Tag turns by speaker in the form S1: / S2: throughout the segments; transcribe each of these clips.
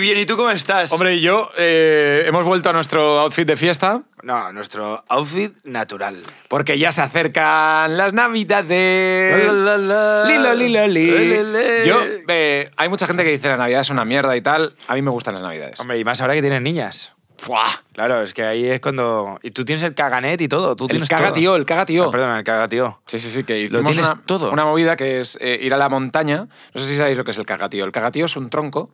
S1: bien, ¿y tú cómo estás?
S2: Hombre, y yo eh, hemos vuelto a nuestro outfit de fiesta
S1: No, nuestro outfit natural.
S2: porque ya se acercan las navidades.
S1: La, la, la.
S2: Lilo, lilo, li.
S1: Le, le, le.
S2: Yo, eh, hay mucha gente que dice la Navidad es una mierda y tal. A mí me gustan las Navidades.
S1: Hombre, y más ahora que tienes niñas.
S2: ¡Fua!
S1: Claro, es que ahí es cuando... Y tú tienes el caganet y todo. Tú
S2: El
S1: tienes
S2: caga
S1: todo.
S2: tío, el caga tío.
S1: Ah, perdón, el cagatío.
S2: Sí, sí, sí, que
S1: Lo
S2: hicimos
S1: tienes
S2: una,
S1: todo.
S2: una movida que es eh, ir a la montaña. No sé si sabéis lo que es el cagatío. El cagatío es un tronco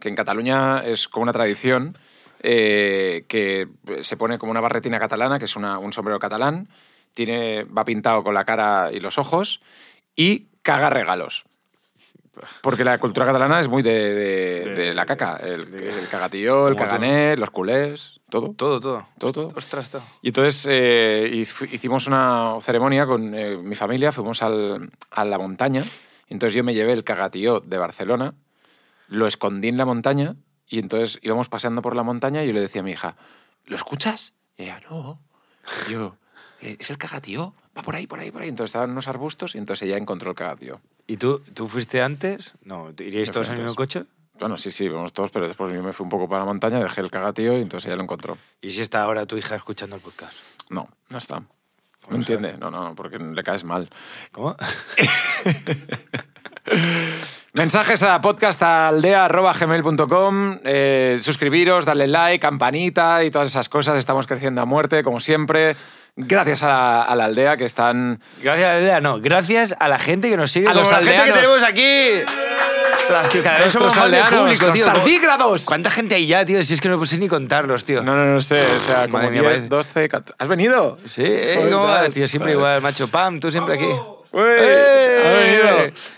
S2: que en Cataluña es como una tradición eh, que se pone como una barretina catalana, que es una- un sombrero catalán, tiene, va pintado con la cara y los ojos y caga regalos. Porque la cultura catalana es muy de, de-
S1: De-
S2: de la caca. El,
S1: de-
S2: el cagatío, el
S1: Como todo.
S2: cagané, los culés, todo.
S1: Todo, todo.
S2: Todo, todo.
S1: Ostras, todo.
S2: Y entonces eh, y fu- hicimos una ceremonia con eh, mi familia, fuimos al- a la montaña. Y entonces yo me llevé el cagatío de Barcelona, lo escondí en la montaña y entonces íbamos paseando por la montaña y yo le decía a mi hija, ¿lo escuchas? Y ella, no. Y yo, "Eh, ¿es el cagatío? Va por ahí, por ahí, por ahí. Entonces estaban unos arbustos y entonces ella encontró el cagatío.
S1: ¿Y tú, tú fuiste antes? No, ¿iríais
S2: Yo
S1: todos en
S2: fui
S1: el mismo coche?
S2: Bueno, sí, sí, vamos todos, pero después yo me fui un poco para la montaña, dejé el cagatío y entonces ella lo encontró.
S1: ¿Y si está ahora tu hija escuchando el podcast?
S2: No, no está. No
S1: sabe?
S2: entiende, no, no, porque le caes mal.
S1: ¿Cómo?
S2: Mensajes a podcastaldea.gmail.com eh, Suscribiros, darle like, campanita y todas esas cosas. Estamos creciendo a muerte, como siempre. Gracias a la, a la aldea que están...
S1: Gracias a la aldea, no. Gracias a la gente que nos sigue.
S2: A
S1: como
S2: los
S1: la gente que
S2: aldeanos.
S1: tenemos aquí. Ostras, tío, cada vez somos
S2: Nuestros
S1: más de
S2: aldeanos,
S1: público,
S2: los
S1: tío.
S2: tardígrados.
S1: ¿Cuánta gente hay ya, tío? Si es que no puse ni contarlos, tío.
S2: No, no, no sé, o sea, como
S1: Madre mía,
S2: 10,
S1: parece.
S2: 12, 14... ¿Has venido?
S1: Sí, ¿eh?
S2: Joder,
S1: ¿Cómo va,
S2: estás-
S1: tío? Siempre
S2: joder.
S1: igual, macho. Pam, tú siempre aquí.
S2: ¡Uy!
S1: ¡Eh!
S2: ¡Ha venido!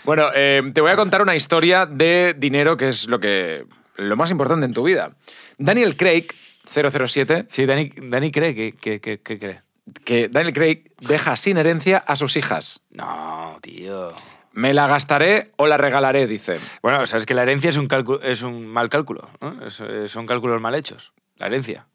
S2: Bueno, eh, te voy a contar una historia de dinero que es lo, que, lo más importante en tu vida. Daniel Craig, 007,
S1: Sí, Dani, Dani cree que, que, que, que cree.
S2: que Daniel Craig deja sin herencia a sus hijas.
S1: No, tío.
S2: Me la gastaré o la regalaré, dice.
S1: Bueno, sabes que la herencia es un, cálculo, es un mal cálculo. ¿no? Es- eh, son cálculos mal hechos. La herencia.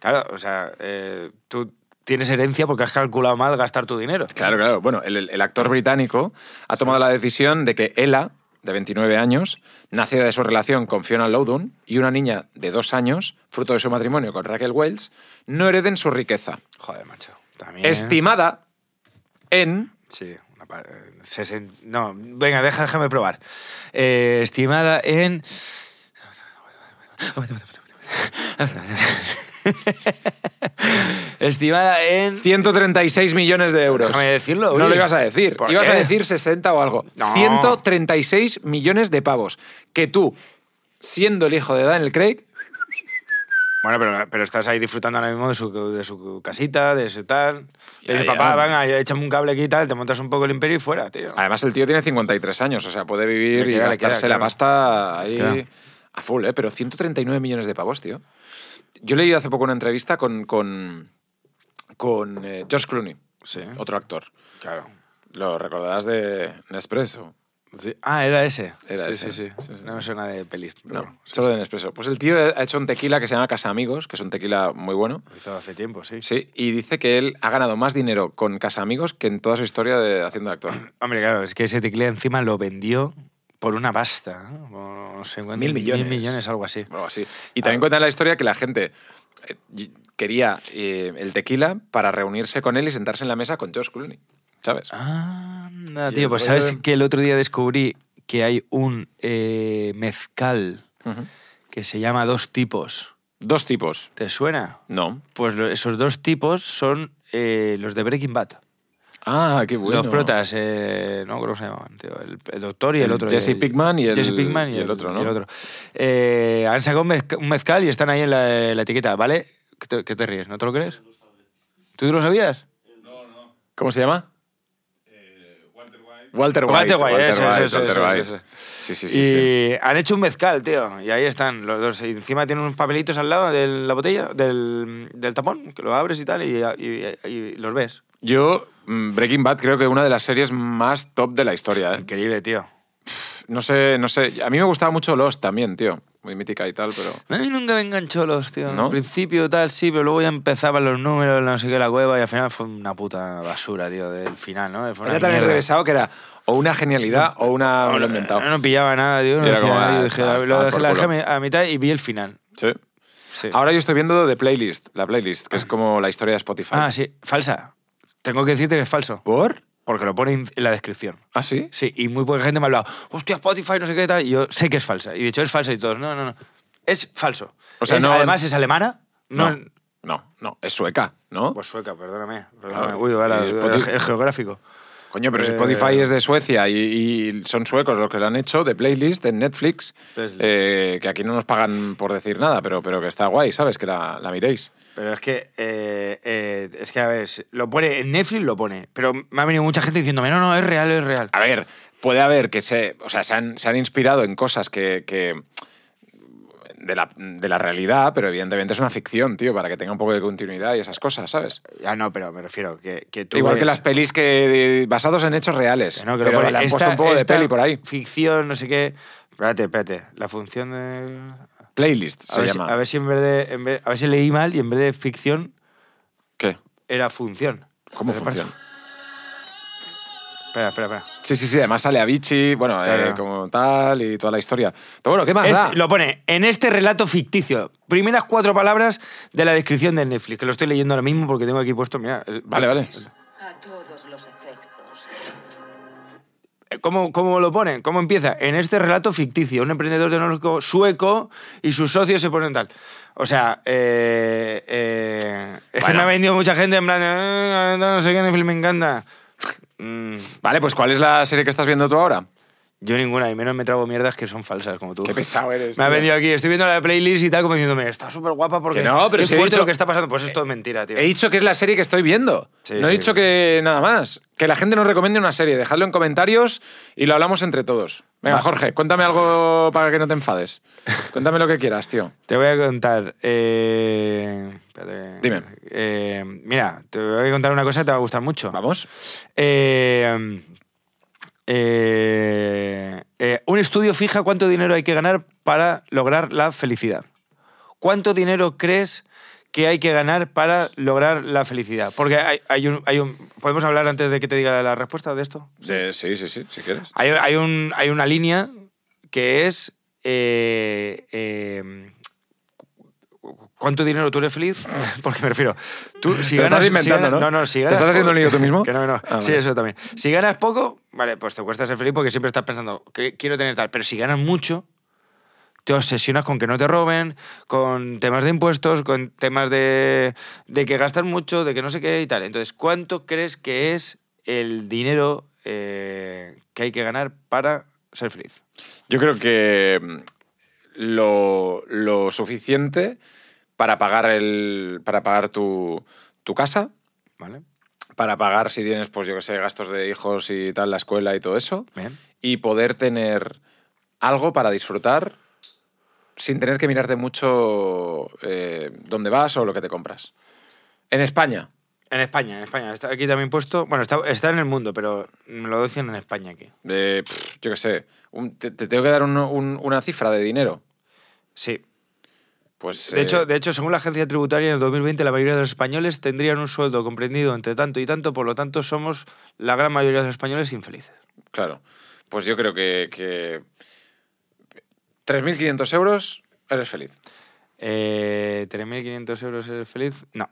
S1: Claro, o sea, eh, tú tienes herencia porque has calculado mal gastar tu dinero.
S2: Claro, claro. Bueno, el, el actor británico ha tomado la decisión de que Ella, de 29 años, nacida de su relación con Fiona Loudon, y una niña de dos años, fruto de su matrimonio con Raquel Wells, no hereden su riqueza.
S1: Joder, macho. También. ¿eh?
S2: Estimada en...
S1: Sí, una pa- eh, sesen- No, venga, deja- déjame probar. Eh, estimada en. estimada en.
S2: 136 millones de euros.
S1: Déjame decirlo,
S2: No
S1: Uri.
S2: lo ibas a decir.
S1: ¿Por
S2: Ibas a
S1: qué?
S2: decir 60 o algo.
S1: No.
S2: 136 millones de pavos. Que tú, siendo el hijo de Daniel Craig,
S1: Bueno, pero, pero estás ahí disfrutando ahora mismo de su, de su casita, de su tal.
S2: Ya,
S1: Le dices,
S2: ya.
S1: papá, venga, ya échame un cable aquí y tal, te montas un poco el imperio y fuera, tío.
S2: Además, el tío tiene 53 años, o sea, puede vivir
S1: Le
S2: y
S1: queda, le
S2: gastarse
S1: queda,
S2: la
S1: claro.
S2: pasta ahí
S1: Claro.
S2: a full, ¿eh? Pero 139 millones de pavos, tío. Yo leí hace poco una entrevista con, con, con eh, George Clooney,
S1: Sí,
S2: otro actor.
S1: claro.
S2: Lo recordarás de Nespresso.
S1: Sí. Ah, era ese.
S2: Era
S1: sí,
S2: ese.
S1: Sí, sí,
S2: Sí, sí,
S1: No me suena de pelis. pero
S2: No,
S1: bueno, sí,
S2: solo de Nespresso. Pues el tío ha hecho un tequila que se llama Casa Amigos, que es un tequila muy bueno.
S1: Lo hizo hace tiempo, sí.
S2: Sí, y dice que él ha ganado más dinero con Casa Amigos que en toda su historia de haciendo de actor.
S1: Hombre, claro, es que ese teclea encima lo vendió por una pasta. ¿no? Por no sé cuánto-
S2: Mil millones.
S1: Mil millones, algo así.
S2: o algo así. Y también cuentan la historia que la gente eh, y- quería eh, el tequila para reunirse con él y sentarse en la mesa con George Clooney, ¿sabes?
S1: Anda,
S2: Y
S1: tío,
S2: el
S1: pues
S2: rollo
S1: sabes
S2: de-
S1: que el otro día descubrí que hay un eh, mezcal
S2: Ujú.
S1: que se llama Dos Tipos.
S2: Dos tipos.
S1: ¿Te suena?
S2: No.
S1: Pues lo- esos dos tipos son eh, los de Breaking Bad.
S2: Ah, qué bueno.
S1: Los protas, eh, no, ¿cómo se llamaban? tío? El, el doctor y el,
S2: El
S1: otro.
S2: Jesse Pinkman y el-
S1: Jesse Pinkman
S2: y el otro, ¿no?
S1: y el otro. Eh, han sacado un mezc- un mezcal y están ahí en la, la etiqueta, ¿vale? ¿Qué te, qué te ríes? ¿No te lo crees? ¿Tú lo sabías?
S2: ¿Cómo se llama? Eh, Walter White.
S1: Walter White, eso,
S2: White,
S1: eso,
S2: Walter
S1: eso,
S2: White.
S1: eso, eso.
S2: Sí, sí, sí. sí.
S1: y han hecho un mezcal, tío. Y ahí están los dos. Y encima tienen unos papelitos al lado de la botella, del, del tapón, que lo abres y tal, y, y- y los ves.
S2: Yo, mm, Breaking Bad, creo que una de las series más top de la historia. ¿eh?
S1: Increíble, tío.
S2: No sé, no sé. A mí me gustaba mucho Lost también, tío. muy mítica y tal, pero...
S1: A mí nunca me enganchó los, tío.
S2: ¿No?
S1: Al principio tal, sí, pero luego ya empezaban los números, no sé qué, la cueva, y al final fue una puta basura, tío, del final, ¿no? Fue una
S2: Era tan
S1: mierda.
S2: enrevesado que era o una genialidad o una... me lo he inventado.
S1: No, no pillaba nada, tío. No
S2: Era
S1: hacía
S2: como,
S1: nada,
S2: ah,
S1: yo dije,
S2: ah,
S1: lo
S2: ah,
S1: dejé,
S2: por
S1: la dejé a
S2: culo.
S1: mi- a mitad y vi el final.
S2: Sí.
S1: Sí.
S2: Ahora yo estoy viendo The Playlist, la playlist, que es como la historia de Spotify.
S1: ah, sí, falsa. Tengo que decirte que es falso,
S2: ¿Por?
S1: porque lo pone en la descripción.
S2: ¿Ah, sí?
S1: Sí, y muy poca gente me ha hablado, hostia, Spotify, no sé qué tal. Y yo sé que es falsa. Y dicho, es falsa y todos, no, no, no. Es falso.
S2: O sea,
S1: Es-
S2: no-
S1: Además, es alemana. No.
S2: No, no, no, es sueka, ¿no?
S1: Pues sueca, perdóname. perdóname.
S2: Ah,
S1: Uy, ahora,
S2: y Spotify-
S1: es geográfico.
S2: Coño, pero si
S1: eh,
S2: Spotify es de Suecia y, y son suecos los que lo han hecho, de playlist en Netflix,
S1: Pues-
S2: eh, que aquí no nos pagan por decir nada, pero, pero que está guay, ¿sabes? Que la, la miréis.
S1: Pero es que, eh, eh, es que, a ver, lo pone, en Netflix lo pone, pero me ha venido mucha gente diciéndome, no, no, es real, es real.
S2: A ver, puede haber que se, o sea, se, han, se han inspirado en cosas que... que- de la, de la realidad, pero evidentemente es una ficción, tío, para que tenga un poco de continuidad y esas cosas, ¿sabes?
S1: Ya no, pero me refiero que, que tú
S2: Igual
S1: ves-
S2: que las pelis que basados en hechos reales.
S1: Que no, que lo
S2: pero
S1: pone,
S2: le han
S1: esta-
S2: puesto un poco de
S1: esta
S2: peli por ahí.
S1: Ficción, no sé qué. Espérate, espérate. La función de.
S2: Playlist
S1: A,
S2: se
S1: ver, si-
S2: llama.
S1: a ver si en vez de. en vez- a ver si leí mal y en vez de ficción
S2: ¿Qué?
S1: era función.
S2: ¿Cómo
S1: ¿Qué te
S2: funciona?
S1: parece? Espera, espera, espera.
S2: Sí, sí, sí. Además sale Avicii, bueno, eh,
S1: Claro.
S2: como tal y toda la historia. Pero bueno, ¿qué más da?
S1: Este- lo pone en este relato ficticio. Primeras cuatro palabras de la descripción del Netflix, que lo estoy leyendo ahora mismo porque tengo aquí puesto. Mira, el-
S2: Vale, vale.
S3: A todos los efectos.
S1: ¿Cómo, ¿Cómo lo ponen? ¿Cómo empieza? En este relato ficticio, un emprendedor tecnológico sueco y sus socios se ponen tal. O sea, eh, eh, es que
S2: Bueno.
S1: me ha vendido mucha gente en plan, de, "Ah, no sé qué Netflix me encanta. Mm,
S2: Vale, pues ¿cuál es la serie que estás viendo tú ahora?
S1: yo ninguna, y menos me trago mierdas que son falsas, como tú.
S2: Qué pesado eres,
S1: Me ha
S2: tío.
S1: vendido aquí, estoy viendo la playlist y tal, como diciéndome, está súper guapa porque
S2: Que no, pero
S1: qué
S2: si he
S1: fuerte
S2: dicho-
S1: lo que está pasando. Pues esto es mentira, tío.
S2: He dicho que es la serie que estoy viendo.
S1: Sí,
S2: no he
S1: sí.
S2: dicho que nada más. Que la gente nos recomiende una serie. Dejadlo en comentarios y lo hablamos entre todos. Venga,
S1: Va.
S2: Jorge, cuéntame algo para que no te enfades. Cuéntame lo que quieras, tío.
S1: Te voy a contar. eh, espérate.
S2: Dime.
S1: Eh, mira, te voy a contar una cosa que te va a gustar mucho.
S2: Vamos.
S1: Eh, eh, eh, un estudio fija cuánto dinero hay que ganar para lograr la felicidad. ¿Cuánto dinero crees que hay que ganar para lograr la felicidad? Porque hay, hay un, hay un- ¿Podemos hablar antes de que te diga la respuesta de esto?
S2: Eh, Sí, sí, sí, si quieres.
S1: Hay, hay un- hay una línea que es eh, eh, cu- cuánto dinero tú eres feliz, porque me refiero. Tú, si
S2: Te lo
S1: ganas,
S2: estás
S1: si
S2: inventando,
S1: ganas-
S2: ¿no?
S1: No, si
S2: ¿Te
S1: ganas
S2: estás haciendo
S1: poco-
S2: un lío tú mismo?
S1: Que no, que no.
S2: Ah,
S1: sí,
S2: vale.
S1: eso también. Si ganas poco, vale, pues te cuesta ser feliz porque siempre estás pensando, "Qué- quiero tener tal. Pero si ganas mucho, te obsesionas con que no te roben, con temas de impuestos, con temas de, de que gastas mucho, de que no sé qué y tal. Entonces, ¿cuánto crees que es el dinero eh, que hay que ganar para ser feliz?
S2: Yo creo que mm, lo, lo suficiente para pagar el. para pagar tu, tu casa,
S1: ¿Vale?
S2: para pagar si tienes, pues yo que sé, gastos de hijos y tal, la escuela y todo eso.
S1: Bien.
S2: Y poder tener algo para disfrutar sin tener que mirarte mucho eh, dónde vas o lo que te compras. En España.
S1: En España, en España. Está aquí también puesto. Bueno, está, está en el mundo, pero me lo dicen en España aquí.
S2: eh, pf, yo qué sé. un- te, te tengo que dar un- un- una cifra de dinero.
S1: Sí.
S2: Pues.
S1: De,
S2: eh,
S1: hecho, de hecho, según la agencia tributaria, en el 2020 la mayoría de los españoles tendrían un sueldo comprendido entre tanto y tanto, por lo tanto somos la gran mayoría de los españoles infelices.
S2: Claro. Pues yo creo que. que 3.500 euros, eres feliz.
S1: Eh, ¿3.500 euros eres feliz? No.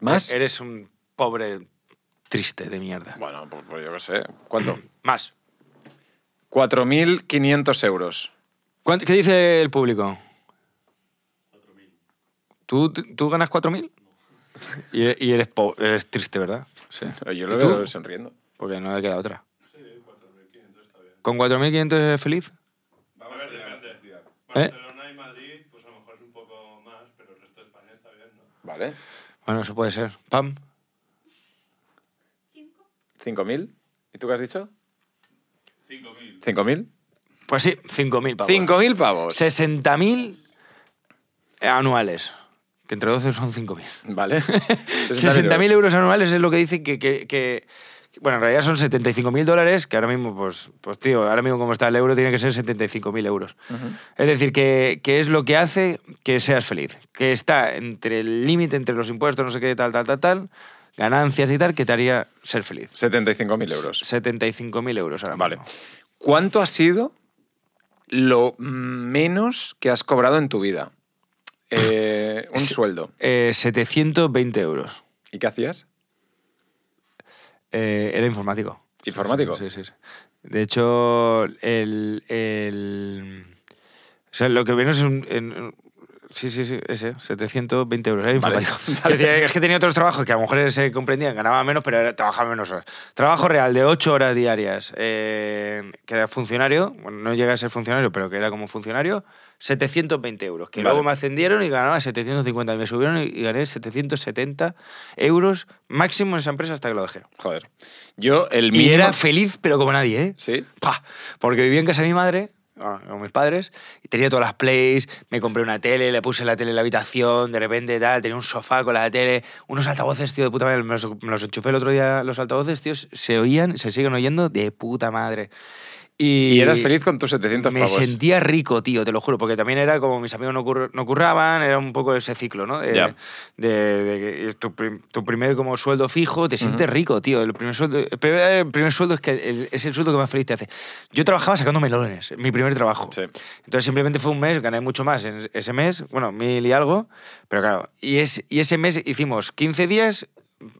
S2: ¿Más?
S1: E- Eres un pobre triste de mierda.
S2: Bueno, pues, pues yo qué sé. ¿Cuánto?
S1: Más.
S2: 4.500 euros.
S1: ¿Cuánto- ¿Qué dice el público? 4.000. ¿Tú, tú- tú ganas 4.000? Y, y eres, po- eres triste, ¿verdad? Sí.
S2: Yo
S1: ¿Y
S2: lo
S1: tú?
S2: veo sonriendo.
S1: Porque no le queda otra. ¿Con 4.500 eres feliz?
S4: Vamos a ver, depende.
S1: ¿Eh?
S4: Barcelona y Madrid, pues a lo mejor es un poco más, pero el resto de España está bien, ¿no?
S2: Vale.
S1: Bueno, eso puede ser. Pam.
S2: 5.000. ¿Y tú qué has dicho?
S4: 5.000.
S2: 5.000.
S1: Pues sí, 5.000 pavos.
S2: 5.000 pavos.
S1: 60.000 anuales. Que entre 12 son 5.000.
S2: Vale.
S1: 60.000 euros anuales es lo que dicen que, que- que- Bueno, en realidad son 75.000 dólares, que ahora mismo, pues, pues tío, ahora mismo como está el euro, tiene que ser 75.000 euros. Es decir, que, que es lo que hace que seas feliz, que está entre el límite, entre los impuestos, no sé qué, tal, tal, tal, tal, ganancias y tal, que te haría ser feliz.
S2: 75.000 euros.
S1: 75.000 euros ahora
S2: Vale.
S1: mismo.
S2: ¿Cuánto ha sido lo menos que has cobrado en tu vida? Eh, un sueldo.
S1: Eh, 720 euros.
S2: ¿Y qué hacías?
S1: Eh, era informático.
S2: ¿Informático?
S1: Sí, sí, sí. De hecho, el, el- O sea, lo que menos es un... en- sí, sí, sí, ese, 720 euros. Era
S2: Vale,
S1: informático. Es decir, Es que tenía otros trabajos que a lo mejor se comprendían, ganaba menos, pero era- trabajaba menos horas. Trabajo real de 8 horas diarias, eh, que era funcionario, bueno, no llega a ser funcionario, pero que era como funcionario, 720 euros. Que
S2: Vale.
S1: luego me ascendieron y ganaba 750, y me subieron y, y gané 770 euros máximo en esa empresa hasta que lo dejé.
S2: Joder. Yo el
S1: Y
S2: mínimo...
S1: era feliz, pero como nadie, ¿eh?
S2: Sí.
S1: Pa, porque vivía en casa de mi madre, ah, con mis padres, y tenía todas las plays, me compré una tele, le puse la tele en la habitación, de repente tal, tenía un sofá con la tele, unos altavoces, tío, de puta madre, me los, me los enchufé el otro día, los altavoces, tío, se oían, se siguen oyendo de puta madre. Y,
S2: Y eras feliz con tus 700
S1: me
S2: pavos.
S1: sentía rico, tío, te lo juro, porque también era como mis amigos no, curr- no curraban, era un poco ese ciclo, ¿no? De,
S2: Ya.
S1: de- de que tu, prim- tu primer como sueldo fijo, te sientes rico, tío. El primer sueldo, el primer, el primer sueldo es, que el- es el sueldo que más feliz te hace. Yo trabajaba sacando melones, mi primer trabajo.
S2: Sí.
S1: Entonces simplemente fue un mes, gané mucho más en ese mes, bueno, mil y algo, pero claro, y, es, y ese mes hicimos 15 días,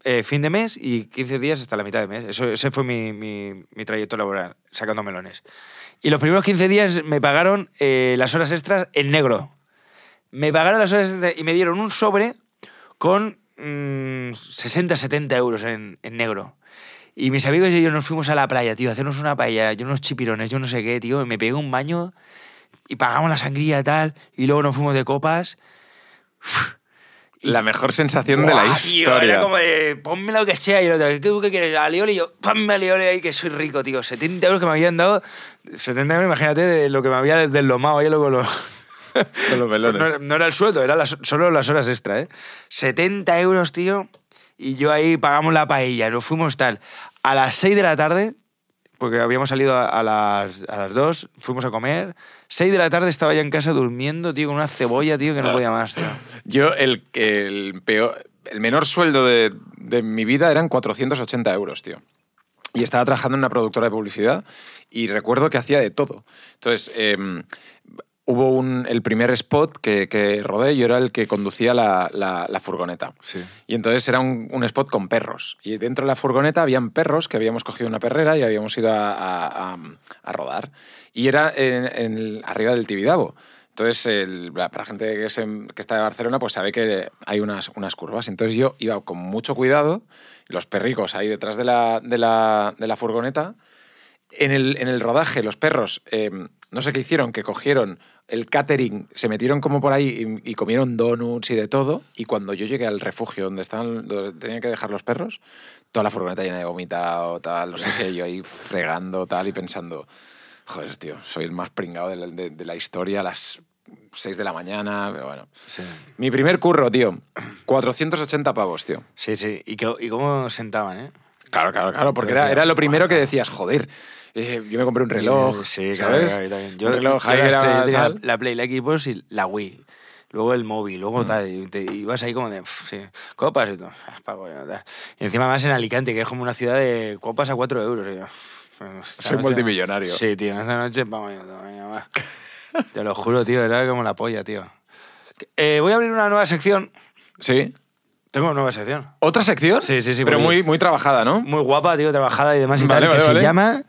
S1: eh, fin de mes y 15 días hasta la mitad de mes. Eso, ese fue mi, mi, mi trayecto laboral, sacando melones. Y los primeros 15 días me pagaron eh, las horas extras en negro. Me pagaron las horas extras y me dieron un sobre con mm, 60, 70 euros en, en negro. Y mis amigos y yo nos fuimos a la playa, tío, a hacernos una paella, yo unos chipirones, yo no sé qué, tío. Y me pegué un baño y pagamos la sangría tal. Y luego nos fuimos de copas.
S2: La mejor sensación de la
S1: Buah, tío,
S2: historia.
S1: era como de, ponme lo que sea. Y el otro, ¿qué, qué quieres? Alioli. Y yo, ponme alioli ahí que soy rico, tío. 70 euros que me habían dado. 70 euros, imagínate, de lo que me había deslomado ahí luego lo...
S2: Con los melones.
S1: No, era- no era el sueldo, era las- solo las horas extra, ¿eh? 70 euros, tío. Y yo ahí pagamos la paella, nos fuimos tal. A las 6 de la tarde, porque habíamos salido a, a las, a las 2, fuimos a comer. 6 de la tarde estaba ya en casa durmiendo, tío, con una cebolla, tío, que no podía más, tío.
S2: Yo el, el peor, el menor sueldo de, de mi vida eran 480 euros, tío. Y estaba trabajando en una productora de publicidad y recuerdo que hacía de todo. Entonces, em, hubo un, el primer spot que, que rodé, yo era el que conducía la, la- la furgoneta.
S1: Sí.
S2: Y entonces era un, un spot con perros. Y dentro de la furgoneta habían perros que habíamos cogido una perrera y habíamos ido a, a- a- a rodar. Y era en, en el- arriba del Tibidabo. Entonces, el- la- para la gente que, es en- que está de Barcelona, pues sabe que hay unas, unas curvas. Entonces yo iba con mucho cuidado, los perricos ahí detrás de la, de la- de la furgoneta. En el, en el rodaje, los perros, eh, no sé qué hicieron, que cogieron el catering, se metieron como por ahí y, y comieron donuts y de todo. Y cuando yo llegué al refugio donde, estaban, donde tenía que dejar los perros, toda la furgoneta llena de gomita o tal, no sé qué, yo ahí fregando tal y pensando, joder, tío, soy el más pringado de la, de- de la historia a las 6 de la mañana, pero bueno. Mi primer curro, tío, 480 pavos, tío.
S1: Sí, sí. ¿Y, co- y cómo sentaban, eh?
S2: Claro, claro, claro, porque era, era lo primero que decías, joder. eh, yo me compré un reloj.
S1: Sí, claro,
S2: ¿sabes?
S1: claro, yo también. Yo,
S2: un reloj,
S1: yo era
S2: ahí era
S1: estrella, yo tenía
S2: tal.
S1: la Play, la Xbox y la Wii. Luego el móvil,
S2: Mm.
S1: luego tal. Y te ibas ahí como de. pf, sí, copas y todo. ah, pago ya, tal. Y encima más en Alicante, que es como una ciudad de copas a 4 euros. y yo, bueno, esta
S2: Soy multimillonario.
S1: Sí, tío, esa noche vamos yo, venga, va. Te lo juro, tío, era como la polla, tío. Eh, voy a abrir una nueva sección.
S2: Sí.
S1: Tengo una nueva sección.
S2: ¿Otra sección?
S1: Sí, sí, sí,
S2: Pero
S1: porque-
S2: muy, muy trabajada, ¿no?
S1: muy guapa, tío, trabajada y demás y
S2: Vale,
S1: tal,
S2: vale,
S1: que
S2: vale.
S1: se llama...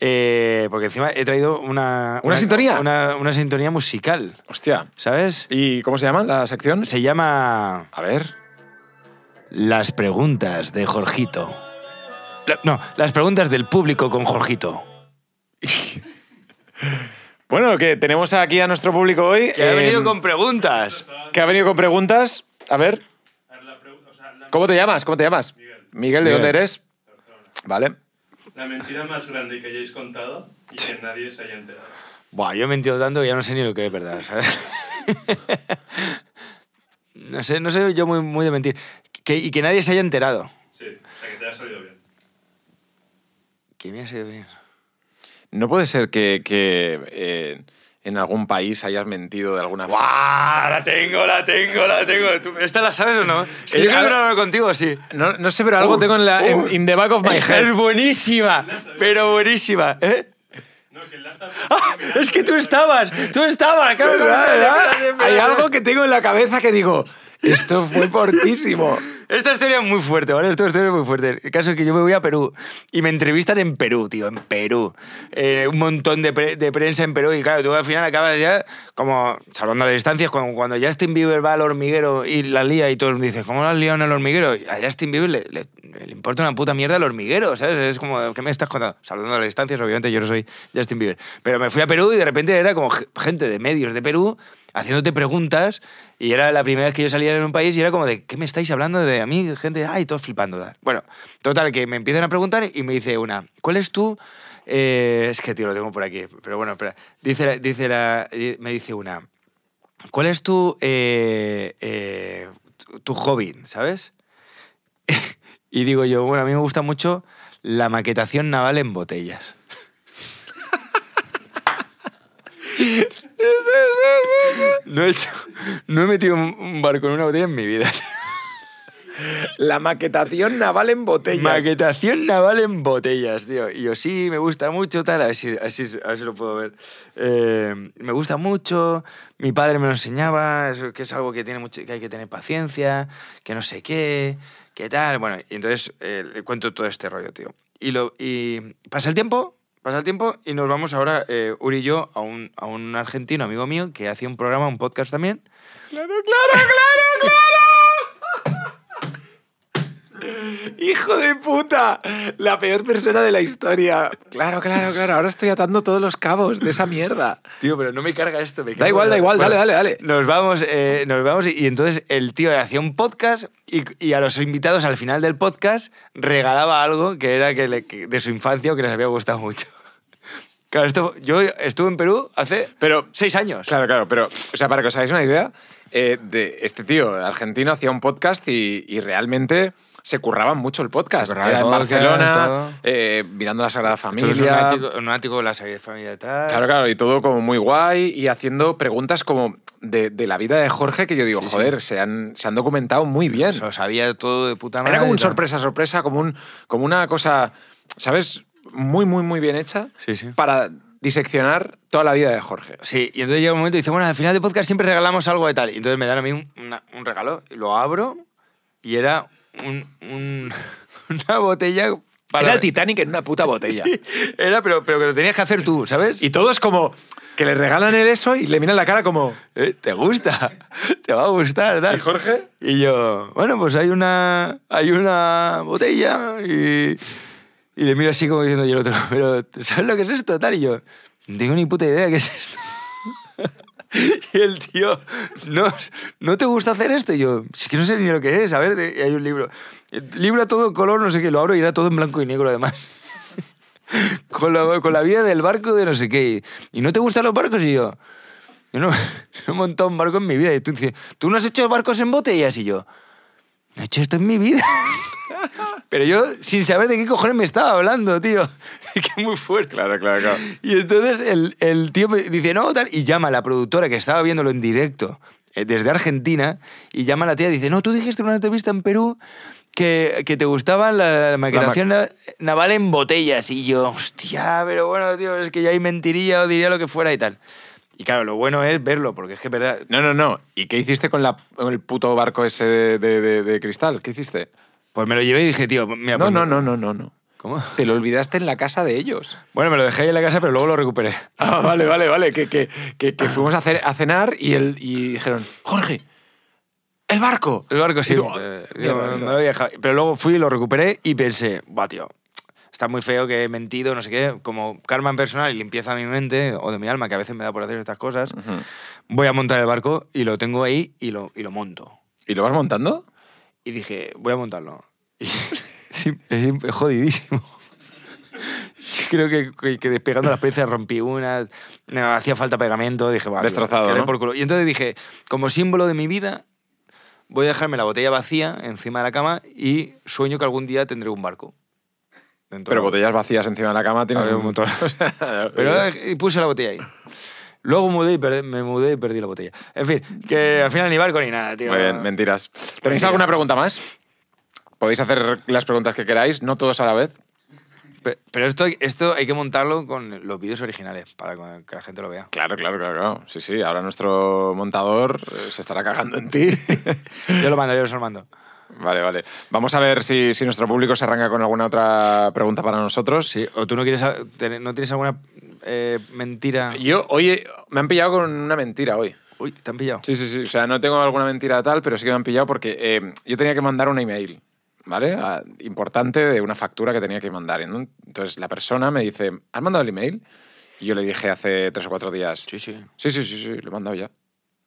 S1: eh, porque encima he traído una...
S2: ¿Una sintonía?
S1: Una, una sintonía musical,
S2: Hostia.
S1: ¿sabes?
S2: ¿Y cómo se llama la sección?
S1: Se llama
S2: A ver.
S1: Las preguntas de Jorgito. La- No, las preguntas del público con Jorgito.
S2: Bueno, que tenemos aquí a nuestro público hoy.
S1: Que ha
S2: eh,
S1: venido con preguntas.
S2: que ha venido con preguntas. A ver.
S4: La, pregu- o sea, la,
S2: ¿Cómo te llamas? ¿Cómo te llamas? Miguel. ¿de dónde
S1: Miguel.
S2: eres? Vale.
S4: la mentira más grande que hayáis contado y que nadie se haya enterado.
S1: Buah, yo he mentido tanto que ya no sé ni lo que es verdad, ¿sabes? no sé, no sé yo muy, muy de mentir. Que- y que nadie se haya enterado.
S4: Sí, o sea que te ha salido bien.
S1: ¿Qué me hace ver?
S2: No puede ser que, que, eh, en algún país hayas mentido de alguna forma.
S1: ¡Guau! La tengo, la tengo, la tengo. ¿Tú- ¿Esta la sabes o no? Es que
S2: Eh,
S1: yo creo
S2: a-
S1: que no he hablado contigo, sí.
S2: No, no sé, pero algo
S1: Uh,
S2: tengo en la, en-
S1: uh,
S2: in the back of my
S1: Esta
S2: head.
S1: es buenísima, pero buenísima. ¿eh?
S4: No, que la está.
S1: ¡Ah! Es que tú estabas, tú estabas. claro, claro, claro, claro.
S2: Hay algo que tengo en la cabeza que digo, esto fue fortísimo.
S1: Esta historia es muy fuerte, ¿vale? Esta historia es muy fuerte. El caso es que yo me voy a Perú y me entrevistan en Perú, tío, en Perú. Eh, un montón de, pre- de prensa en Perú y claro, tú al final acabas ya como salvando las distancias cuando, cuando Justin Bieber va al hormiguero y la lía y todos dicen, ¿cómo la has liado en el hormiguero? Y A Justin Bieber le, le- le importa una puta mierda el hormiguero, ¿sabes? Es como, ¿qué me estás contando? Salvando las distancias, obviamente yo no soy Justin Bieber. Pero me fui a Perú y de repente era como ge- gente de medios de Perú haciéndote preguntas y era la primera vez que yo salía en un país y era como de, ¿qué me estáis hablando de a mí? Gente, ay, todos flipando. tal. Bueno, total, que me empiezan a preguntar y me dice una, ¿cuál es tu...? eh, es que, tío, lo tengo por aquí, pero bueno, espera. Dice, la- dice la, di- me dice una, ¿cuál es tu, eh, eh, tu, tu hobby, sabes? y digo yo, bueno, a mí me gusta mucho la maquetación naval en botellas. No he, hecho, no he metido un- un barco en una botella en mi vida.
S2: La maquetación naval en botellas.
S1: Maquetación naval en botellas, tío. Y yo sí, me gusta mucho, tal, así, así, a ver si lo puedo ver. Eh, me gusta mucho, mi padre me lo enseñaba, es- que es algo que, tiene mucho, que hay que tener paciencia, que no sé qué, qué tal. Bueno, y entonces eh, le cuento todo este rollo, tío. Y, lo, y pasa el tiempo, pasa el tiempo y nos vamos ahora, eh, Uri y yo, a un, a un argentino amigo mío que hacía un programa, un podcast también. ¡Claro, claro, claro, claro!
S2: ¡Hijo de puta! La peor persona de la historia. Claro, claro, claro. Ahora estoy atando todos los cabos de esa mierda.
S1: Tío, pero no me carga esto. Me
S2: Da
S1: cago
S2: igual,
S1: en la-
S2: da igual, dale, dale, dale.
S1: Nos vamos, eh, nos vamos y, y entonces el tío hacía un podcast y, y a los invitados al final del podcast regalaba algo que era que le- que- de su infancia o que les había gustado mucho. Claro, esto, yo estuve en Perú hace
S2: Pero-
S1: seis años.
S2: Claro, claro, pero, o sea, para que os hagáis una idea, eh, de este tío argentino hacía un podcast y, y realmente se curraban mucho el podcast.
S1: Se curraba el
S2: Era en
S1: podcast, todo.
S2: Barcelona, eh, mirando la Sagrada
S1: Esto es un
S2: Familia.
S1: ático, un ático con la Sagrada Familia detrás.
S2: Claro, claro, y todo como muy guay y haciendo preguntas como de, de la vida de Jorge que yo digo,
S1: Sí, sí.
S2: joder, Se, han, se han documentado muy bien.
S1: Se lo sabía todo de puta madre.
S2: Era
S1: y
S2: como un
S1: tal.
S2: sorpresa, sorpresa, como, un, como una cosa, ¿sabes? Muy, muy, muy bien hecha
S1: Sí, sí.
S2: para diseccionar toda la vida de Jorge.
S1: Sí, y entonces llega un momento y dice, bueno, al final del podcast siempre regalamos algo de tal. Y entonces me dan a mí un, una- un regalo, y lo abro y era un- un- una botella para...
S2: Era el Titanic en una puta botella.
S1: Era, pero, pero que lo tenías que hacer tú, ¿sabes?
S2: Y todo es como que le regalan el eso y le miran la cara como...
S1: Eh, te gusta, te va a gustar, tal.
S2: ¿Y Jorge?
S1: Y yo, bueno, pues hay una, hay una botella y, y le miro así como diciendo yo el otro, pero ¿sabes lo que es esto? Tal, y yo, no tengo ni puta idea de qué es esto. Y el tío, ¿no, ¿no te gusta hacer esto? Y yo, es que no sé ni lo que es, a ver, de- y hay un libro. El Libro a todo color, no sé qué, lo abro y era todo en blanco y negro además. Con la, con la vida del barco de no sé qué. Y, ¿Y no te gustan los barcos? Y yo, yo no, no he montado un barco en mi vida. Y tú dices, ¿tú no has hecho barcos en botellas? Y yo, no he hecho esto en mi vida. Pero yo, sin saber de qué cojones me estaba hablando, tío. Es que es muy fuerte.
S2: Claro, claro, claro.
S1: Y entonces el, el tío me dice, no, tal, y llama a la productora que estaba viéndolo en directo eh, desde Argentina, y llama a la tía y dice, no, tú dijiste en una entrevista en Perú que, que te gustaba la, la maquetación na- naval en botellas, y yo, hostia, pero bueno, tío, es que ya ahí mentiría o diría lo que fuera y tal. Y claro, lo bueno es verlo, porque es que es verdad,
S2: No, no, no. ¿Y qué hiciste con, la, con el puto barco ese de, de- de- de cristal? ¿Qué hiciste?
S1: pues me lo llevé y dije, tío, mira,
S2: No,
S1: pues
S2: no,
S1: me-
S2: no, no, no, no.
S1: ¿Cómo?
S2: Te lo olvidaste en la casa de ellos.
S1: Bueno, me lo dejé ahí en la casa, pero luego lo recuperé.
S2: Ah, vale, vale, vale. Que, que- que- que fuimos a, hacer- a cenar y, el, y dijeron, Jorge, el barco.
S1: El barco sí.
S2: Y tú,
S1: eh,
S2: "Oh,
S1: digo,
S2: mierda,
S1: me
S2: mierda".
S1: lo había dejado. Pero luego fui, lo recuperé y pensé, va, tío, está muy feo que he mentido, no sé qué. Como karma en personal y limpieza de mi mente o de mi alma, que a veces me da por hacer estas cosas, voy a montar el barco y lo tengo ahí y lo, y lo monto.
S2: ¿Y lo vas montando?
S1: Y dije, voy a montarlo. Y es, im- es im- jodidísimo. Yo creo que, que- que despegando las piezas rompí una, no, hacía falta pegamento, dije, va,
S2: Destrozado,
S1: que le
S2: ¿no?
S1: por culo. Y entonces dije, como símbolo de mi vida, voy a dejarme la botella vacía encima de la cama y sueño que algún día tendré un barco. dentro
S2: Pero
S1: de la
S2: botellas vacías encima de la cama tienes
S1: Había un montón.
S2: O sea,
S1: Pero eh, y puse la botella ahí. Luego mudé y perdí- me mudé y perdí la botella. En fin, que al final ni barco ni nada, tío.
S2: Muy bien, mentiras. ¿Tenéis alguna pregunta más? Podéis hacer las preguntas que queráis, no todos a la vez.
S1: Pe- Pero esto, hay- esto hay que montarlo con los vídeos originales para que la gente lo vea.
S2: Claro, claro, claro, claro. Sí, sí, ahora nuestro montador eh, se estará cagando en ti.
S1: Yo lo mando, yo lo mando.
S2: vale, vale. Vamos a ver si, si nuestro público se arranca con alguna otra pregunta para nosotros.
S1: Sí, o tú no quieres a- tener- no tienes alguna eh, mentira.
S2: Yo, oye, me han pillado con una mentira hoy.
S1: Uy, te han pillado.
S2: Sí, sí, sí. O sea, no tengo alguna mentira tal, pero sí que me han pillado porque eh, yo tenía que mandar un email, ¿vale? A- importante de una factura que tenía que mandar. ¿no? Entonces la persona me dice, ¿has mandado el email? Y yo le dije hace tres o cuatro días,
S1: Sí, sí.
S2: sí, sí, sí, sí, lo he mandado ya.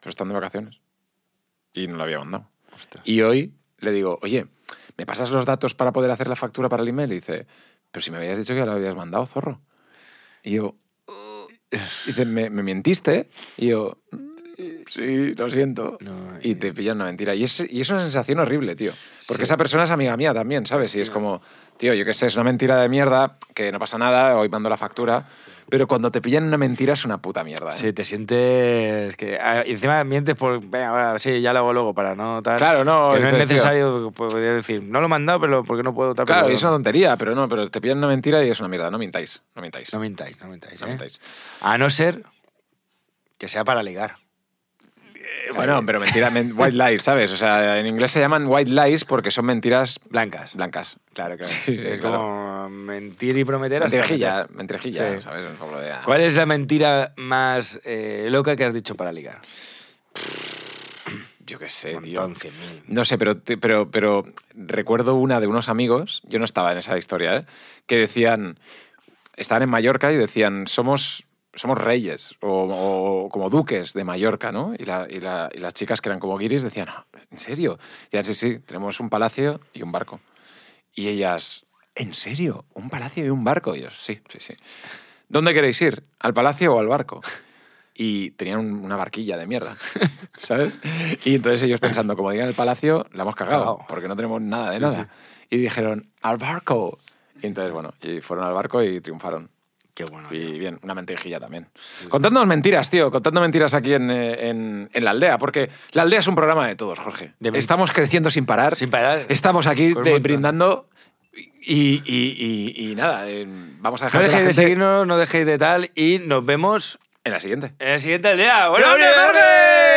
S2: Pero están de vacaciones. Y no lo había mandado.
S1: Ostras.
S2: Y hoy le digo, oye, ¿me pasas los datos para poder hacer la factura para el email? Y dice, pero si me habías dicho que ya lo habías mandado, zorro. Y yo, dice, ¿me, me mentiste? Y yo, sí, lo siento.
S1: No, eh.
S2: y te pillan una mentira. Y es, y es una sensación horrible, tío. Porque
S1: Sí.
S2: esa persona es amiga mía también, ¿sabes? Y es como, tío, yo qué sé, es una mentira de mierda, que no pasa nada, hoy mando la factura. Pero cuando te pillan una mentira es una puta mierda. ¿eh?
S1: Sí, te sientes que ah, y encima mientes por venga, va, sí, ya lo hago luego para no tal.
S2: Claro, no,
S1: que no es
S2: dices, tío.
S1: necesario pues, podría decir, no lo he mandado, pero porque no puedo tal.
S2: Claro,
S1: pero
S2: y es una tontería, pero no, pero te pillan una mentira y es una mierda. No mintáis, no mintáis.
S1: no mintáis, no mintáis,
S2: No
S1: ¿eh?
S2: mintáis.
S1: A no ser que sea para ligar.
S2: Eh, bueno, pero mentira, men- white lies, ¿sabes? O sea, en inglés se llaman white lies porque son mentiras
S1: Blancas.
S2: blancas.
S1: Claro, claro.
S2: Sí, sí,
S1: es
S2: claro.
S1: como mentir y prometer. hasta
S2: Mentirejilla,
S1: prometer.
S2: mentirejilla,
S1: Sí.
S2: ¿sabes? Un poco de-
S1: ¿Cuál es la mentira más eh, loca que has dicho para ligar?
S2: Yo qué sé, tío.
S1: Entonces, mil.
S2: No sé, pero, te- pero, pero recuerdo una de unos amigos, yo no estaba en esa historia, ¿eh? que decían, estaban en Mallorca y decían, somos, somos reyes o, o como duques de Mallorca, ¿no? Y, la- y la- y las chicas que eran como guiris decían, "Ah, ¿en serio? Y decían, sí, sí, tenemos un palacio y un barco. Y ellas, ¿en serio? ¿Un palacio y un barco? Y yo, sí, sí, sí. ¿Dónde queréis ir? ¿Al palacio o al barco? Y tenían un- una barquilla de mierda, ¿sabes? Y entonces ellos pensando, como digan el palacio, la hemos cagado,
S1: Cagao.
S2: porque no tenemos nada de nada. Y dijeron, al barco. Y entonces, bueno, y fueron al barco y triunfaron.
S1: Qué bueno. tío.
S2: Y bien, una mentirijilla también. Contándonos mentiras, tío, contando mentiras aquí en, eh, en- en la aldea, porque la aldea es un programa de todos, Jorge.
S1: De ment-
S2: Estamos creciendo sin parar.
S1: Sin parar.
S2: Estamos aquí
S1: Con un
S2: de-
S1: montón.
S2: brindando y, y- y- y nada, eh, vamos a
S1: No
S2: dejar que la
S1: dejéis de
S2: gente-
S1: seguirnos, no dejéis de tal y nos vemos
S2: en la siguiente.
S1: en el siguiente día.
S2: ¡Gloria, Verde!